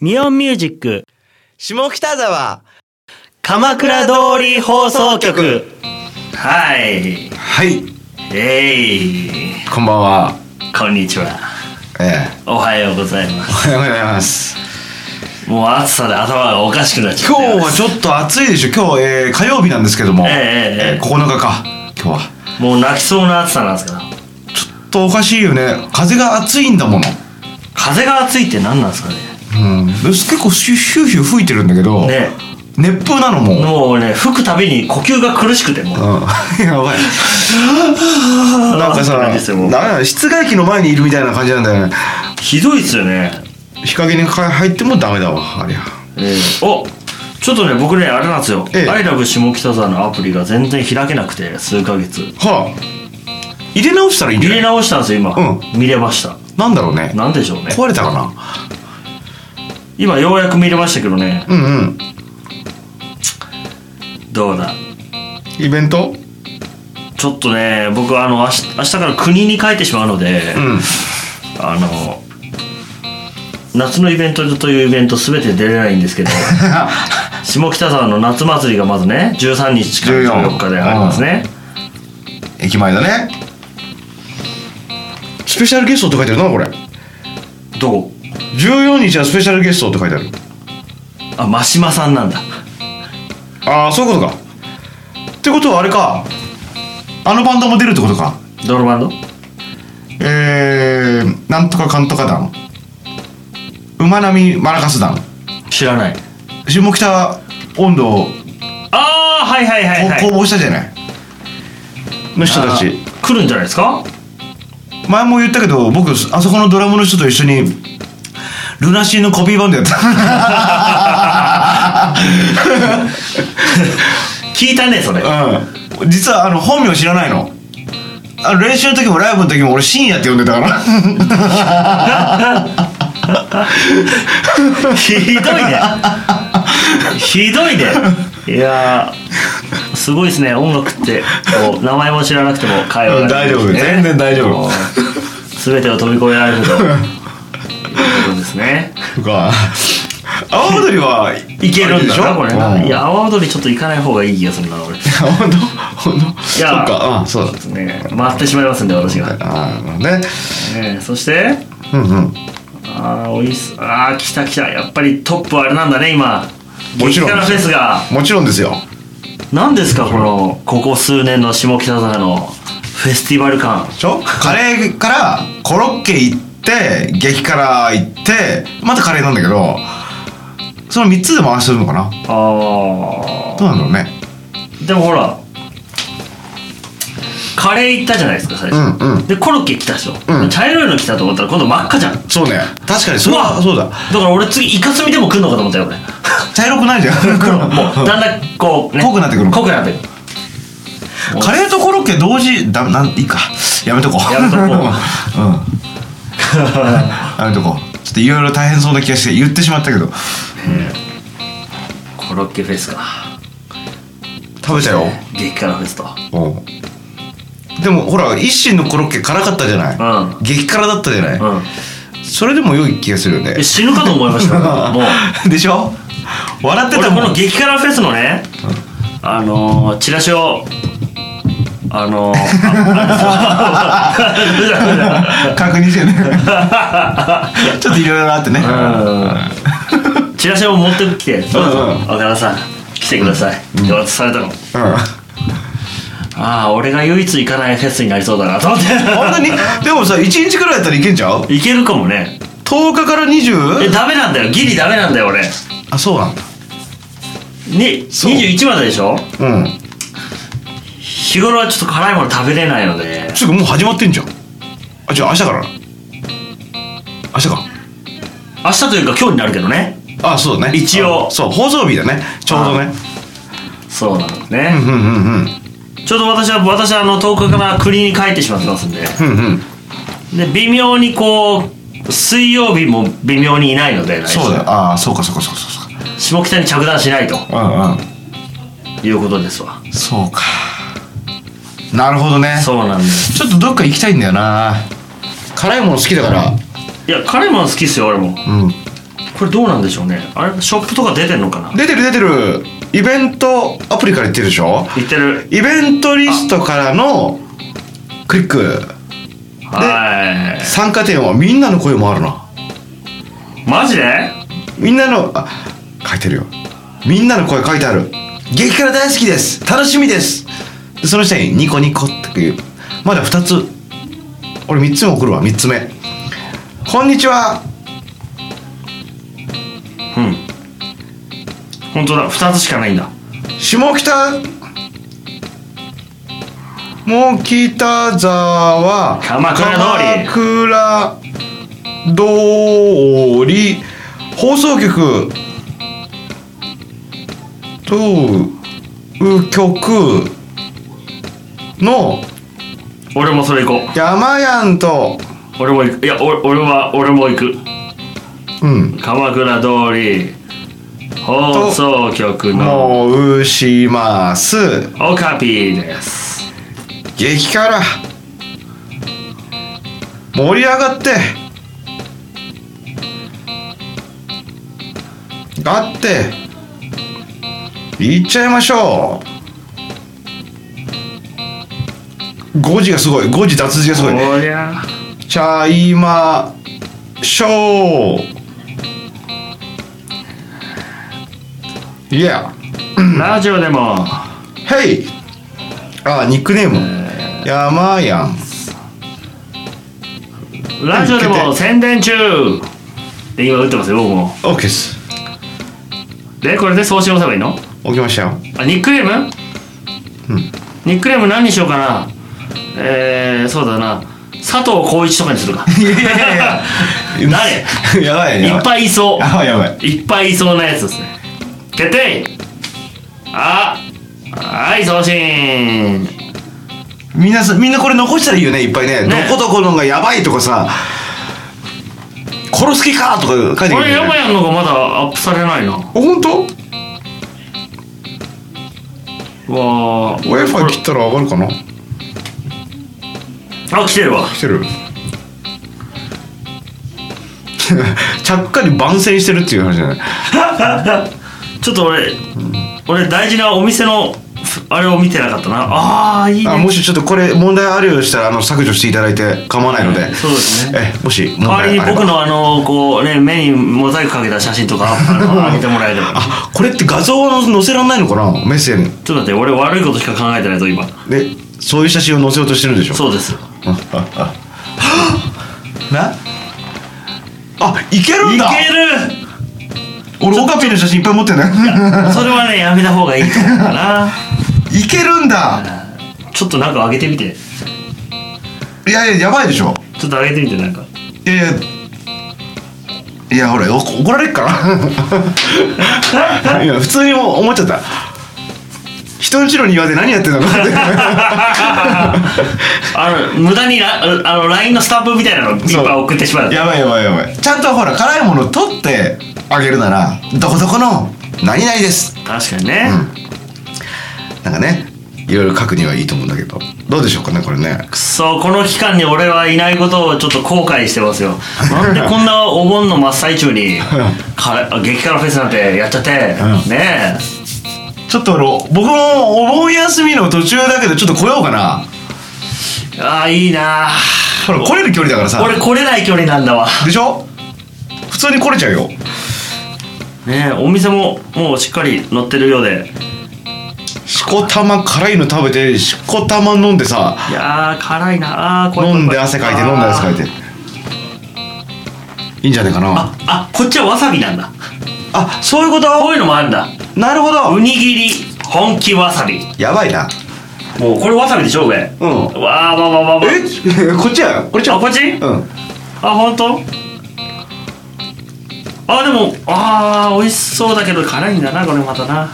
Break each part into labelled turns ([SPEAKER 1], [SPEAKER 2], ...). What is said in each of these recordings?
[SPEAKER 1] ミオンミュージック
[SPEAKER 2] 下北沢
[SPEAKER 1] 鎌倉通り放送局はい
[SPEAKER 3] はい
[SPEAKER 1] えい
[SPEAKER 3] こんばんは
[SPEAKER 1] こんにちは
[SPEAKER 3] え
[SPEAKER 1] おはようございま
[SPEAKER 3] えおはようございます
[SPEAKER 1] すもう暑さで頭がおかしくなっちゃ
[SPEAKER 3] 今
[SPEAKER 1] っ
[SPEAKER 3] 日
[SPEAKER 1] て
[SPEAKER 3] はちょっと暑いでしょ今日、えー火曜日なんですけども、
[SPEAKER 1] ええええ
[SPEAKER 3] えー9日か今日は
[SPEAKER 1] もう泣きそうな暑さなんですか
[SPEAKER 3] ちょっとおかしいよね風が暑いんだもの
[SPEAKER 1] 風が暑いって何なんですかね
[SPEAKER 3] うん結構シュッシュッシュッ吹いてるんだけど、
[SPEAKER 1] ね
[SPEAKER 3] 熱風なのもう、うん、
[SPEAKER 1] もうね吹くたびに呼吸が苦しくてもう
[SPEAKER 3] や ばいなんかさ
[SPEAKER 1] なんですよもう
[SPEAKER 3] なんか室外機の前にいるみたいな感じなんだよね
[SPEAKER 1] ひどいっすよね
[SPEAKER 3] 日陰に入ってもダメだわありゃ
[SPEAKER 1] ええおちょっとね僕ねあれなんですよ「
[SPEAKER 3] ええ
[SPEAKER 1] ILOVE 下北沢」のアプリが全然開けなくて数ヶ月
[SPEAKER 3] はあ入れ直したらいいんじ
[SPEAKER 1] 入
[SPEAKER 3] ゃな
[SPEAKER 1] れ
[SPEAKER 3] い
[SPEAKER 1] 直したんですよ今、
[SPEAKER 3] う
[SPEAKER 1] 見れました
[SPEAKER 3] なんだろうね
[SPEAKER 1] なんでしょうね
[SPEAKER 3] 壊れたかな
[SPEAKER 1] 今ようやく見れましたけどね
[SPEAKER 3] うんうん
[SPEAKER 1] どうだ
[SPEAKER 3] イベント
[SPEAKER 1] ちょっとね僕あの明日明日から国に帰ってしまうので、
[SPEAKER 3] うん
[SPEAKER 1] あの夏のイベントというイベント全て出れないんです けど下北沢の夏祭りがまずね13日から14日でありますね、
[SPEAKER 3] 駅前だねスペシャルゲストって書いてあるなこれ
[SPEAKER 1] どこ
[SPEAKER 3] 14日はスペシャルゲストって書いてある
[SPEAKER 1] あ真島さんなんだ
[SPEAKER 3] ああそういうことかってことはあれかあのバンドも出るってことか
[SPEAKER 1] ドロバンド
[SPEAKER 3] えー、なんとかかんとか団馬並みマラカス団
[SPEAKER 1] 知らない
[SPEAKER 3] 下北温度を
[SPEAKER 1] ああはいはいはいはい
[SPEAKER 3] こ公募したじゃないの人たち
[SPEAKER 1] あー来るんじゃないですか
[SPEAKER 3] 前も言ったけど僕あそこのドラムの人と一緒にルナシーのコピーバンドやった
[SPEAKER 1] 聞いたねそれ
[SPEAKER 3] うん実はあの本名知らないのあの練習の時もライブの時も俺深夜って呼んでたから
[SPEAKER 1] ひどいねひどいねいやーすごいですね音楽ってこう名前も知らなくても会話ができる
[SPEAKER 3] うん大丈夫全然大丈夫
[SPEAKER 1] こう全てを飛び越えられるということですね
[SPEAKER 3] とか阿波踊りはい
[SPEAKER 1] けるんだなこ
[SPEAKER 3] あ
[SPEAKER 1] れ
[SPEAKER 3] でしょ
[SPEAKER 1] な
[SPEAKER 3] うん
[SPEAKER 1] いや阿波踊りちょっと行かない方がいい気がするな俺
[SPEAKER 3] 本当本当そっ
[SPEAKER 1] や
[SPEAKER 3] かうんそうだ
[SPEAKER 1] ね回ってしまいますんで私が、
[SPEAKER 3] ああね
[SPEAKER 1] ね、そして
[SPEAKER 3] うんうん
[SPEAKER 1] ああおいしああ来た来たやっぱりトップはあれなんだね今
[SPEAKER 3] もちろ
[SPEAKER 1] 激
[SPEAKER 3] ん
[SPEAKER 1] 辛フェスが
[SPEAKER 3] もちろんですよ
[SPEAKER 1] 何ですかこのここ数年の下北沢のフェスティバル感
[SPEAKER 3] でしょカレーからコロッケ行って激辛行ってまたカレーなんだけどその3つで回してるのかな
[SPEAKER 1] あ
[SPEAKER 3] どうなんだろうね
[SPEAKER 1] ーでもほらカレー行ったじゃないですか最初、
[SPEAKER 3] うんうん
[SPEAKER 1] でコロッケ来たでしょ、
[SPEAKER 3] うん
[SPEAKER 1] 茶色いの来たと思ったら今度真っ赤じゃん
[SPEAKER 3] そうね確かにそれは
[SPEAKER 1] わ
[SPEAKER 3] そうだ
[SPEAKER 1] だから俺次イカスミでも来んのかと思ったよ俺
[SPEAKER 3] 茶色くないじゃん
[SPEAKER 1] 黒 もうだんだんこう、ね、
[SPEAKER 3] 濃くなってくる
[SPEAKER 1] 濃くなってくる
[SPEAKER 3] カレーとコロッケ同時だなんいいかやめとこう
[SPEAKER 1] やめとこう
[SPEAKER 3] うんやめとこうちょっといろいろ大変そうな気がして言ってしまったけど
[SPEAKER 1] コロッケフェスか
[SPEAKER 3] 食べたよ
[SPEAKER 1] 激辛フェスと
[SPEAKER 3] でもほら一心のコロッケ辛かったじゃない、
[SPEAKER 1] う
[SPEAKER 3] 激辛だったじゃない、
[SPEAKER 1] うん
[SPEAKER 3] それでも良い気がするよね
[SPEAKER 1] え死ぬかと思いましたよもう
[SPEAKER 3] でしょ笑って
[SPEAKER 1] 俺
[SPEAKER 3] た
[SPEAKER 1] こ
[SPEAKER 3] もん
[SPEAKER 1] の激辛フェスのね、あのー、チラシをあのー、ああ
[SPEAKER 3] 確 認してねちょっといろいろあってね、
[SPEAKER 1] のうんチラシを持ってきて「どうぞ
[SPEAKER 3] うんうん
[SPEAKER 1] 岡田さん来てください」って渡されたの、
[SPEAKER 3] うん
[SPEAKER 1] ああ俺が唯一行かないフェスになりそうだなと思って
[SPEAKER 3] 本当にでもさ1日くらいやったらいけんちゃう
[SPEAKER 1] 行けるかもね
[SPEAKER 3] ?10 日から
[SPEAKER 1] え
[SPEAKER 3] 20?
[SPEAKER 1] ダメなんだよギリダメなんだよ俺
[SPEAKER 3] あそうなんだ
[SPEAKER 1] に
[SPEAKER 3] そう
[SPEAKER 1] 21まででしょ
[SPEAKER 3] うん
[SPEAKER 1] 日頃はちょっと辛いもの食べれないのです
[SPEAKER 3] ぐもう始まってんじゃんあじゃあ明日から明日か
[SPEAKER 1] 明日というか今日になるけどね
[SPEAKER 3] あそうだね
[SPEAKER 1] 一応
[SPEAKER 3] あそう放送日だねちょうどね
[SPEAKER 1] そうなの
[SPEAKER 3] う
[SPEAKER 1] ね、
[SPEAKER 3] んうんうん
[SPEAKER 1] ちょっと私は私はあの10日から国に帰ってしまってますんで
[SPEAKER 3] うんうんうん
[SPEAKER 1] で微妙にこう水曜日も微妙にいないので来週
[SPEAKER 3] そうだよああそうかそうかそうかそうか
[SPEAKER 1] 下北に着弾しないと
[SPEAKER 3] うんう
[SPEAKER 1] いうことですわ
[SPEAKER 3] んそうかなるほどね
[SPEAKER 1] そうなんです
[SPEAKER 3] ちょっとどっか行きたいんだよな辛いもの好きだから
[SPEAKER 1] いや彼も好きっすよ俺も
[SPEAKER 3] うん
[SPEAKER 1] これどうなんでしょうねあれショップとか出てんのかな
[SPEAKER 3] 出てる出てるイベントアプリから言ってるでしょ
[SPEAKER 1] 言ってる
[SPEAKER 3] イベントリストからのクリック
[SPEAKER 1] は
[SPEAKER 3] 参加点はみんなの声もあるない
[SPEAKER 1] マジで
[SPEAKER 3] みんなのあ書いてるよみんなの声書いてある激辛大好きです楽しみですでその下にニコニコっていうまだ2つ俺3つも送るわ3つ目こんにちは
[SPEAKER 1] うん本当だ2つしかないんだ
[SPEAKER 3] 下北もう北沢
[SPEAKER 1] 鎌倉通り
[SPEAKER 3] 鎌倉通り放送局東局の
[SPEAKER 1] 俺もそれ行こ
[SPEAKER 3] 山やんと
[SPEAKER 1] う俺も行くいや俺俺は俺も行く
[SPEAKER 3] うん
[SPEAKER 1] 鎌倉通り放送局の
[SPEAKER 3] もうします
[SPEAKER 1] オカピーです
[SPEAKER 3] 激辛盛り上がってがって行っちゃいましょう5時がすごい5時脱字がすごい
[SPEAKER 1] おりゃ
[SPEAKER 3] ちゃいましょういや
[SPEAKER 1] ラジオでも
[SPEAKER 3] ヘイあニックネーム山やん
[SPEAKER 1] ラジオでも宣伝中で今打ってますよ僕も
[SPEAKER 3] オッケーです
[SPEAKER 1] でこれで送信押せばいいの
[SPEAKER 3] 起きましたよ
[SPEAKER 1] あニックネーム、ニックネーム何にしようかなえー、そうだな佐藤浩一とかにするか
[SPEAKER 3] いやいやいや
[SPEAKER 1] 誰
[SPEAKER 3] 誰やばい ね
[SPEAKER 1] い
[SPEAKER 3] や
[SPEAKER 1] っ
[SPEAKER 3] ば
[SPEAKER 1] ぱ
[SPEAKER 3] い
[SPEAKER 1] いいそ
[SPEAKER 3] あやばいう
[SPEAKER 1] いっぱいいそうなやつですね決定あはい送信
[SPEAKER 3] みんなさみんなこれ残したらいいよねいっぱいね
[SPEAKER 1] ね
[SPEAKER 3] どこどこのがやばいとかさ殺す気かとか書いて
[SPEAKER 1] こ
[SPEAKER 3] くる
[SPEAKER 1] れ
[SPEAKER 3] よ
[SPEAKER 1] ヤマ
[SPEAKER 3] ね
[SPEAKER 1] ヤンのがまだアップされないな
[SPEAKER 3] あ本当
[SPEAKER 1] わあ
[SPEAKER 3] w i f i 切ったら上がるかな
[SPEAKER 1] あ来てるわ
[SPEAKER 3] 来てる ちゃっかり番宣してるっていう話じゃない
[SPEAKER 1] ちょっと俺、俺大事なお店のふあれを見てなかったなああいい
[SPEAKER 3] あ
[SPEAKER 1] ね
[SPEAKER 3] もしちょっとこれ問題あるようでしたらあの削除していただいて構わないので
[SPEAKER 1] そうですね
[SPEAKER 3] えもし問
[SPEAKER 1] 代わり
[SPEAKER 3] 題
[SPEAKER 1] に
[SPEAKER 3] あれば
[SPEAKER 1] 僕のあのこうね目にモザイクかけた写真とかあの上げてもらえれ ば
[SPEAKER 3] あこれって画像を載せられないのかなメッセージ
[SPEAKER 1] ち
[SPEAKER 3] に
[SPEAKER 1] ょっと待って俺悪いことしか考えてないぞ今
[SPEAKER 3] でそういう写真を載せようとしてるんでしょ
[SPEAKER 1] そうです
[SPEAKER 3] なあいけるん
[SPEAKER 1] い
[SPEAKER 3] だ
[SPEAKER 1] ける
[SPEAKER 3] 俺オカピーの写真いっぱい持ってるね
[SPEAKER 1] それはねやめた方がいいと思うかな
[SPEAKER 3] いけるんだ
[SPEAKER 1] ちょっとなんか上げてみて
[SPEAKER 3] いやいややばいでしょ
[SPEAKER 1] ちょっと上げてみてなんか
[SPEAKER 3] いやいやいやほらお怒られっから いや普通にも思っちゃった人んちの庭で何やっ てんだろうって
[SPEAKER 1] あの無駄にラあの LINE のスタンプみたいなのいっぱい送ってしまう
[SPEAKER 3] やばいやばいやばいちゃんとほら辛いもの取ってあげるならどこどこの何々です
[SPEAKER 1] 確かにね、
[SPEAKER 3] なんかねいろいろ書くにはいいと思うんだけどどうでしょうかねこれね
[SPEAKER 1] くそこの期間に俺はいないことをちょっと後悔してますよなんでこんなお盆の真っ最中 にか激辛フェスなんてやっちゃって、
[SPEAKER 3] うん
[SPEAKER 1] ね
[SPEAKER 3] ちょっと俺僕もお盆休みの途中だけどちょっと来ようかな
[SPEAKER 1] えああいいなあ
[SPEAKER 3] ほら来れる距離だからさ
[SPEAKER 1] 俺来れない距離なんだわ
[SPEAKER 3] でしょ普通に来れちゃうよ
[SPEAKER 1] ねえお店ももうしっかり載ってるようで
[SPEAKER 3] しこたま辛いの食べてしこたま飲んでさ
[SPEAKER 1] いやー辛いなあー怖い怖
[SPEAKER 3] 飲
[SPEAKER 1] い
[SPEAKER 3] ん
[SPEAKER 1] 怖
[SPEAKER 3] で
[SPEAKER 1] い
[SPEAKER 3] 汗かいて飲んで汗かいていいんじゃないかな
[SPEAKER 1] ああこっちはわさびなんだ
[SPEAKER 3] あそういうこと
[SPEAKER 1] こういうのもあるんだ
[SPEAKER 3] なるほど
[SPEAKER 1] うにぎり本気わさび
[SPEAKER 3] やばいな
[SPEAKER 1] もうこれわさびでしょ上
[SPEAKER 3] うん
[SPEAKER 1] わーわーわーわーわー
[SPEAKER 3] え こっちやこっちや
[SPEAKER 1] あこっち
[SPEAKER 3] うん
[SPEAKER 1] あ本当？あでもあー美味しそうだけど辛いんだなこれまたな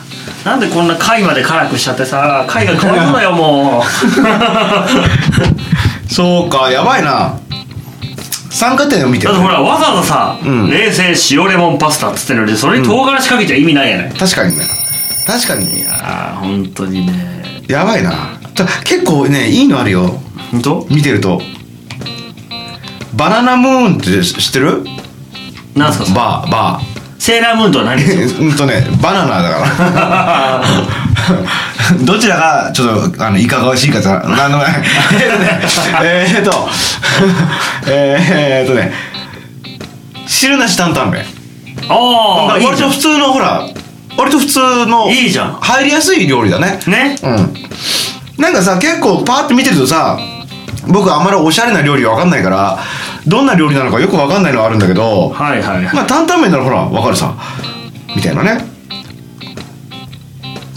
[SPEAKER 1] なんでこんな貝まで辛くしちゃってさ貝がかわいそうだよ もう
[SPEAKER 3] そうかやばいな参加点を見て
[SPEAKER 1] だってほらわざわざさ、
[SPEAKER 3] うん
[SPEAKER 1] 冷製塩レモンパスタっつってるのにそれに唐辛子かけちゃ意味ないやね、
[SPEAKER 3] 確かにね確かに
[SPEAKER 1] ああ本当にね
[SPEAKER 3] やばいなた結構ねいいのあるよ
[SPEAKER 1] 本当？
[SPEAKER 3] 見てるとバナナムーンって知知ってる
[SPEAKER 1] なんすかそれ
[SPEAKER 3] バーバー
[SPEAKER 1] セーラームーンとは何です よ
[SPEAKER 3] うんとねバナナだからどちら がちょっとあのいかがわしいかじゃなんでもないえーっとねえーっとえーっとね汁なし担々麺
[SPEAKER 1] ああいい
[SPEAKER 3] 割
[SPEAKER 1] じゃ
[SPEAKER 3] と
[SPEAKER 1] ん
[SPEAKER 3] 普通のほら割と普通の
[SPEAKER 1] いいじゃん
[SPEAKER 3] 入りやすい料理だね
[SPEAKER 1] ね
[SPEAKER 3] うんなんかさ結構パーって見てるとさ僕あんまりおしゃれな料理わかんないからどんな料理なのかよくわかんないのはあるんだけど
[SPEAKER 1] はいはいはい
[SPEAKER 3] まあ担々麺ならほらわかるさみたいなね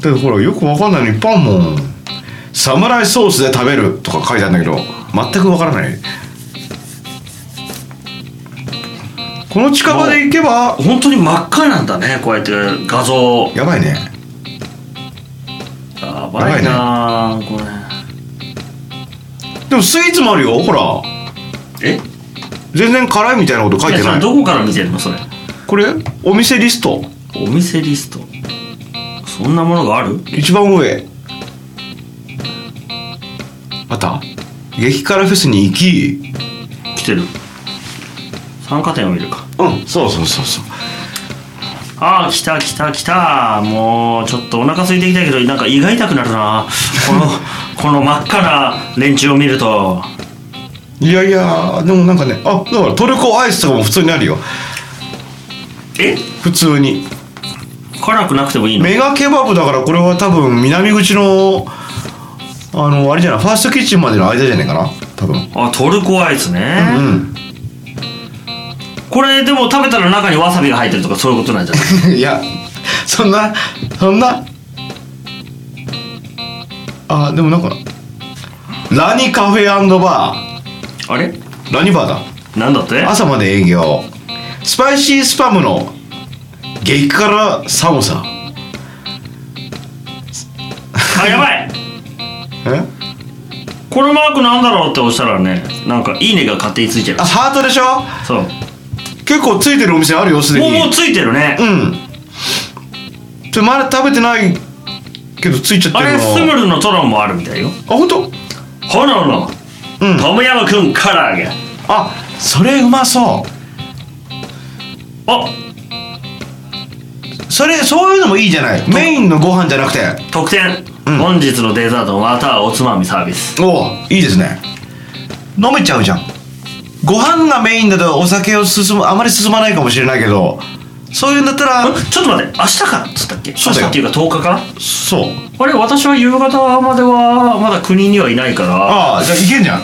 [SPEAKER 3] でほらよくわかんないのいっぱいあんもんサムライソースで食べるとか書いてあるんだけど全くわからないこの近場で行けば
[SPEAKER 1] 本当に真っ赤なんだねこうやって画像
[SPEAKER 3] やばいね
[SPEAKER 1] やばいなーこ
[SPEAKER 3] でもスイーツもあるよほら
[SPEAKER 1] れえ
[SPEAKER 3] 全然辛いみたいなこと書い
[SPEAKER 1] え
[SPEAKER 3] て
[SPEAKER 1] そ
[SPEAKER 3] な
[SPEAKER 1] れ
[SPEAKER 3] い
[SPEAKER 1] どこから見てるのそれ
[SPEAKER 3] これお店リスト
[SPEAKER 1] お店リストそんなものがある
[SPEAKER 3] 一番上あった激辛フェスに行き
[SPEAKER 1] 来てる参加店を見るか
[SPEAKER 3] うんそうそうそうそう
[SPEAKER 1] ああ来た来た来たもうちょっとお腹空いてきたけどなんか胃が痛くなるなこ のこの真っ赤な連中を見ると
[SPEAKER 3] いやいやでもなんかねあだからトルコアイスとかも普通にあるよ
[SPEAKER 1] え
[SPEAKER 3] 普通に
[SPEAKER 1] 辛くなくてもいいの
[SPEAKER 3] メガケバブだからこれは多分南口のあのあれじゃないファーストキッチンまでの間じゃないかな多分
[SPEAKER 1] あトルコアイスね、
[SPEAKER 3] うん
[SPEAKER 1] これでも食べたら中にわさびが入ってるとかそういうことなんじゃない
[SPEAKER 3] いやそんなそんなあでもなんかラニカフェバ
[SPEAKER 1] あれ
[SPEAKER 3] ーラニバーだ
[SPEAKER 1] なんだって
[SPEAKER 3] 朝まで営業スパイシースパムの激辛寒さ
[SPEAKER 1] あやばい
[SPEAKER 3] え
[SPEAKER 1] このマークなんだろうって押したらねなんか「いいね」が勝手についてる
[SPEAKER 3] あハートでしょ
[SPEAKER 1] そう
[SPEAKER 3] 結構ついてるお店あるよすで
[SPEAKER 1] もう
[SPEAKER 3] に
[SPEAKER 1] もうついてるね、
[SPEAKER 3] うんちょまだ食べてないけどついちゃって
[SPEAKER 1] あ
[SPEAKER 3] る
[SPEAKER 1] れ
[SPEAKER 3] の
[SPEAKER 1] スムルのトロンもあるみたいよ
[SPEAKER 3] あ本当
[SPEAKER 1] 炎の
[SPEAKER 3] うん
[SPEAKER 1] トムヤムくん唐揚げ
[SPEAKER 3] あそれうまそ
[SPEAKER 1] あ
[SPEAKER 3] うそれそういうのもいいじゃないメインのご飯じゃなくて
[SPEAKER 1] 特典、
[SPEAKER 3] うん
[SPEAKER 1] 本日のデザートまたはおつまみサービス
[SPEAKER 3] おおいいですね飲めちゃうじゃんご飯がメインだとお酒を進むあまり進まないかもしれないけどそういうんだったら
[SPEAKER 1] あちょっと待って明日からっつったっけ
[SPEAKER 3] そう
[SPEAKER 1] 明日
[SPEAKER 3] だよ
[SPEAKER 1] っていうか10日から
[SPEAKER 3] そう
[SPEAKER 1] あれ私は夕方まではまだ国にはいないから
[SPEAKER 3] ああじゃあいけんじゃん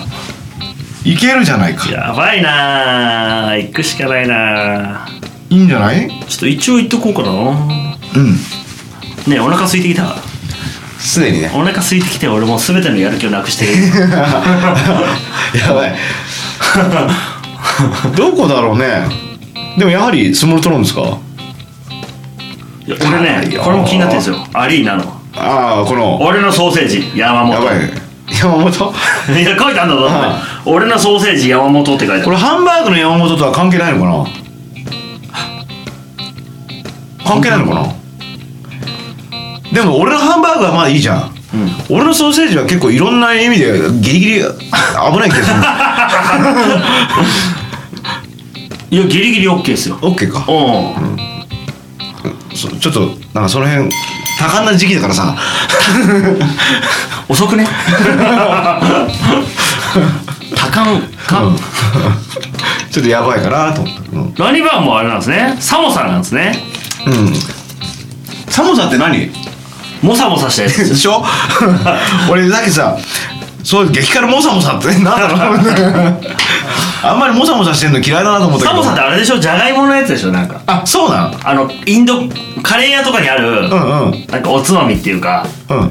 [SPEAKER 3] いけるじゃないか
[SPEAKER 1] やばいなあ行くしかないなあ
[SPEAKER 3] いいんじゃない
[SPEAKER 1] ちょっと一応行っとこうかな
[SPEAKER 3] うん
[SPEAKER 1] ねえお腹空いてきた
[SPEAKER 3] すでにね
[SPEAKER 1] お腹空いてきて俺もう全てのやる気をなくしている
[SPEAKER 3] やばいどこだろうねでもやはりスモールトロンですか
[SPEAKER 1] いや俺
[SPEAKER 3] い
[SPEAKER 1] ね
[SPEAKER 3] や
[SPEAKER 1] これも気になってるんですよアリーナの
[SPEAKER 3] ああこの
[SPEAKER 1] 俺のソーセージ山本
[SPEAKER 3] やばい山本
[SPEAKER 1] いや書いてあんだぞ
[SPEAKER 3] は
[SPEAKER 1] 俺のソーセージ山本って書いてあ
[SPEAKER 3] こ
[SPEAKER 1] る
[SPEAKER 3] れハンバーグの山本とは関係ないのかな関係ないのかなでも俺のハンバーグはまだいいじゃん、俺のソーセージは結構いろんな意味でギリギリ危ない気がする
[SPEAKER 1] いやギリギリ OK ですよ
[SPEAKER 3] OK か
[SPEAKER 1] うん
[SPEAKER 3] そちょっとなんかその辺多感な時期だからさ
[SPEAKER 1] 遅く ね多感か、
[SPEAKER 3] ちょっとやばいかなと思ったうん、
[SPEAKER 1] ラニバーもあれなんですねサモさんなんですね
[SPEAKER 3] うん、寒さって何
[SPEAKER 1] モサモサしたやつ
[SPEAKER 3] でしょ俺さっきさそういう激辛モサモサって何 だろうあんまりモサモサしてんの嫌いだなと思ったけ
[SPEAKER 1] サ
[SPEAKER 3] ど
[SPEAKER 1] モサってあれでしょじゃがいものやつでしょなんか
[SPEAKER 3] あそうなん
[SPEAKER 1] あのインドカレー屋とかにある、
[SPEAKER 3] うんうん
[SPEAKER 1] なんかおつまみっていうか
[SPEAKER 3] うん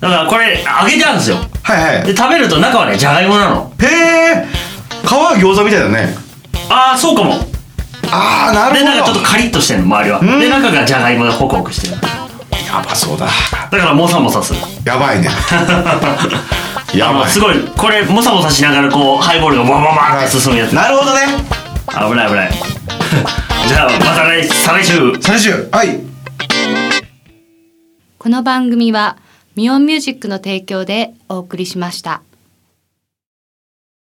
[SPEAKER 1] だからこれ揚げてあるんですよ
[SPEAKER 3] はいはい
[SPEAKER 1] で食べると中はねじゃがいもなの
[SPEAKER 3] へえ皮は餃子みたいだね
[SPEAKER 1] ああそうかも
[SPEAKER 3] ああな
[SPEAKER 1] で
[SPEAKER 3] るほ
[SPEAKER 1] な
[SPEAKER 3] ど
[SPEAKER 1] んかちょっとカリッとしてんの周りは
[SPEAKER 3] ん
[SPEAKER 1] で中がじゃがいもでホクホクしてるだ
[SPEAKER 3] やばそうだ
[SPEAKER 1] からモサモサす る
[SPEAKER 3] やばいねや
[SPEAKER 1] あ
[SPEAKER 3] ば
[SPEAKER 1] の
[SPEAKER 3] い
[SPEAKER 1] すごいこれモサモサしながらこうハイボールがワンワンワンって進むやつ
[SPEAKER 3] なるほどね
[SPEAKER 1] 危ない危 ないじゃあまた来再来週
[SPEAKER 3] 最終はい
[SPEAKER 4] この番組はミオンミュージックの提供でお送りしました。